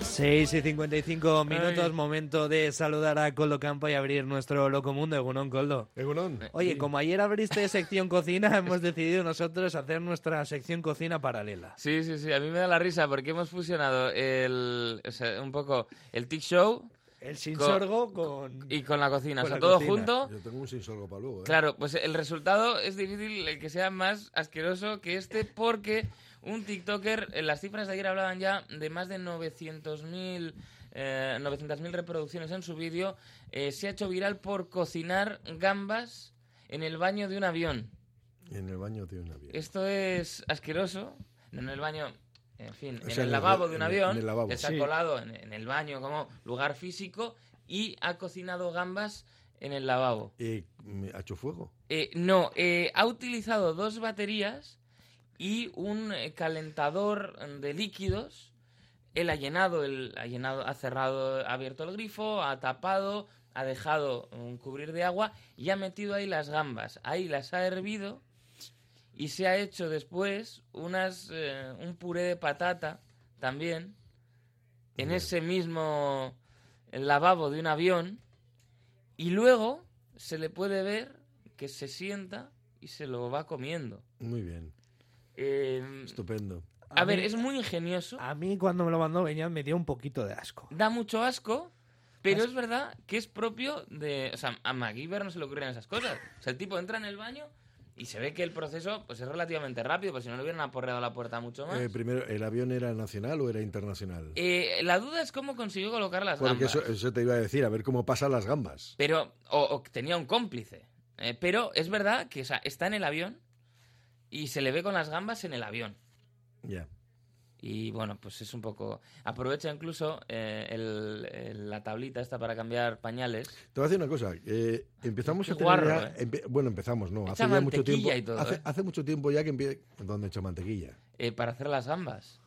6 y 55 minutos, momento de saludar a Coldo Campo y abrir nuestro loco mundo, Egunon Coldo. Egunon. Oye, como ayer abriste sección cocina, hemos decidido nosotros hacer nuestra sección cocina paralela. Sí, sí, sí. A mí me da la risa porque hemos fusionado el, o sea, un poco el tic show El Con- sinsorgo con... y con la cocina. Con o sea, la todo cocina. junto. Yo tengo un sinsorgo para luego, ¿eh? Claro, pues el resultado es difícil el que sea más asqueroso que este porque un TikToker, en las cifras de ayer hablaban ya de más de 900.000 eh, 900.000 reproducciones en su vídeo, eh, se ha hecho viral por cocinar gambas en el baño de un avión. En el baño tiene un avión. Esto es asqueroso. No en el baño, en fin, en O sea, el en el- lavabo de un en el- avión. en el lavabo. que se Sí. ha colado en, en el baño como lugar físico y ha cocinado gambas en el lavabo. Eh, me ha hecho fuego. Eh, no, eh, ha utilizado dos baterías y un eh, calentador mm, de líquidos. Él ha llenado, el, ha llenado, ha cerrado, ha abierto el grifo, ha tapado, ha dejado mm, cubrir de agua y ha metido ahí las gambas. Ahí las ha hervido y se ha hecho después unas, eh, un puré de patata también en Bien. ese mismo eh, lavabo de un avión y luego se le puede ver que se sienta y se lo va comiendo. Muy bien. Eh, Estupendo. a A ver, mí- es muy ingenioso, Ah. A mí cuando me lo mandó Beñat me dio un poquito de asco. da mucho asco, pero es verdad que es propio de... O sea, a MacGyver no se le ocurren esas cosas. O sea, el tipo entra en el baño y se ve que el proceso pues es relativamente rápido, pues si no le hubieran aporreado la puerta mucho más. Eh, primero, ¿el avión era nacional o era internacional? Eh, la duda es cómo consiguió colocar las Porque gambas. eso, eso te iba a decir, a ver cómo pasan las gambas. Pero, o, o que tenía un cómplice. Eh, pero es verdad que o sea, está en el avión y se le ve con las gambas en el avión. Ya. Y bueno, pues es un poco... Aprovecha incluso eh, el- el- la tablita esta para cambiar pañales. Te voy a decir una cosa. eh, empezamos Qué a tener guarro, ya- ¿eh? empe- bueno, empezamos, no. Echa hace ya mucho mantequilla tiempo. y todo, hace, ¿eh? hace mucho tiempo ya que empieza. ¿Dónde he hecho mantequilla? eh, para hacer las gambas.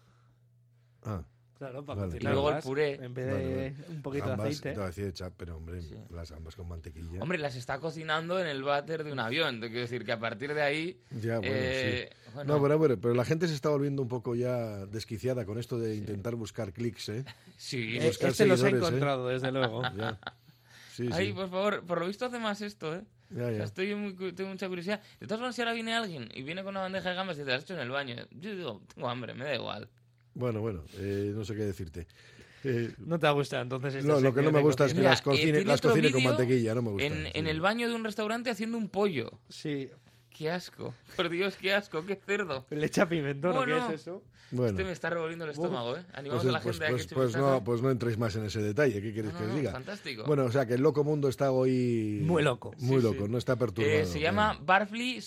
Ah, Claro, para Vale. Y luego el Gambas, puré. En vez de Vale, un poquito gambas, de aceite. te voy a decir, cha- pero hombre, Sí. las gambas con mantequilla. Hombre, las está cocinando en el váter de un avión. Te quiero decir que a partir de ahí... ya, Ah, bueno, sí. eh, bueno, No, pero, bueno, pero la gente se está volviendo un poco ya desquiciada con esto de intentar buscar clics, ¿eh? sí, y Eh, buscar este los he seguidores, ¿eh? encontrado, desde luego. Ya. Sí, Ay, pues, sí. por favor, por lo visto hace más esto, ¿eh? Ya, O sea, ya. estoy muy, cu- tengo mucha curiosidad. De todas formas, si ahora viene alguien y viene con una bandeja de gambas y te las hecho en el baño, yo digo, tengo hambre, me da igual. Bueno, bueno, eh, no sé qué decirte. Pues Eh, No te gusta, entonces... esta no, lo que sección no me de gusta es que cocina. Mira, las eh, cocine, tiene las otro cocine con vídeo mantequilla, no me gusta. en, sí. en el baño de un restaurante haciendo un pollo. Sí, Qué asco. Por Dios, qué asco, qué cerdo. le echa pimentón, ¿o Bueno. ¿qué es eso? Bueno, Este me está revolviendo el estómago, ¿eh? Animamos pues, a la pues- gente a que pues- eche pues vistazo. no, pues no entréis más en ese detalle, ¿qué quieres No, que no, os no, diga? Fantástico. Bueno, o sea, que el loco mundo está hoy... Muy loco. Muy Sí, loco, sí. no está perturbado. Eh, se llama Barfly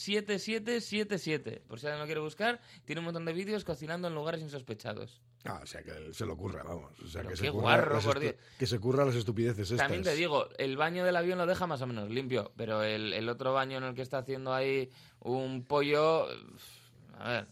7777. Por si alguien lo quiere buscar, tiene un montón de vídeos cocinando en lugares insospechados. Ah, o sea, que se lo ocurra, vamos. O sea, Pero que, qué se curra guarro, las por estu- Dios. que se curra las estupideces estas. También te digo, el baño del avión lo deja más o menos limpio, pero el, el otro baño en el que está haciendo ahí un pollo. pf, A ver.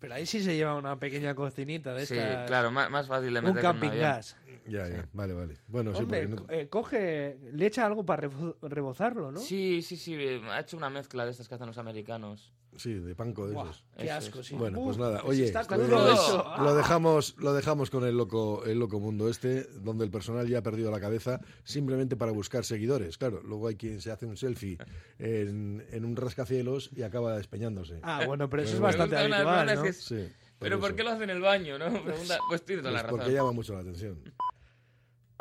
Pero ahí sí se lleva una pequeña cocinita de Sí, estas. claro, má- más, fácil de Un meter. que en camping avión. gas. Ya, ya, vale, vale. Bueno, Hombre, sí, porque no- co- eh, coge, le echa algo para rebo- rebozarlo, ¿no? Sí, sí, sí. eh, Ha hecho una mezcla de estas que hacen los americanos. sí, de panco de Buah, esos. qué Eso asco, es. sí. Bueno, Uf, pues nada, si oye, está eh, crudo eso. lo dejamos, lo dejamos con el loco, el loco mundo este, donde el personal ya ha perdido la cabeza simplemente para buscar seguidores. Claro, luego hay quien se hace un selfie en, en un rascacielos y acaba despeñándose. Ah, bueno, pero eso es Bueno, bastante bueno. habitual, Una- ¿no? una- Sí, Pero ¿por eso. qué lo hacen en el baño, no? Pregunta- pues tiene toda la Pues razón. porque llama mucho la atención.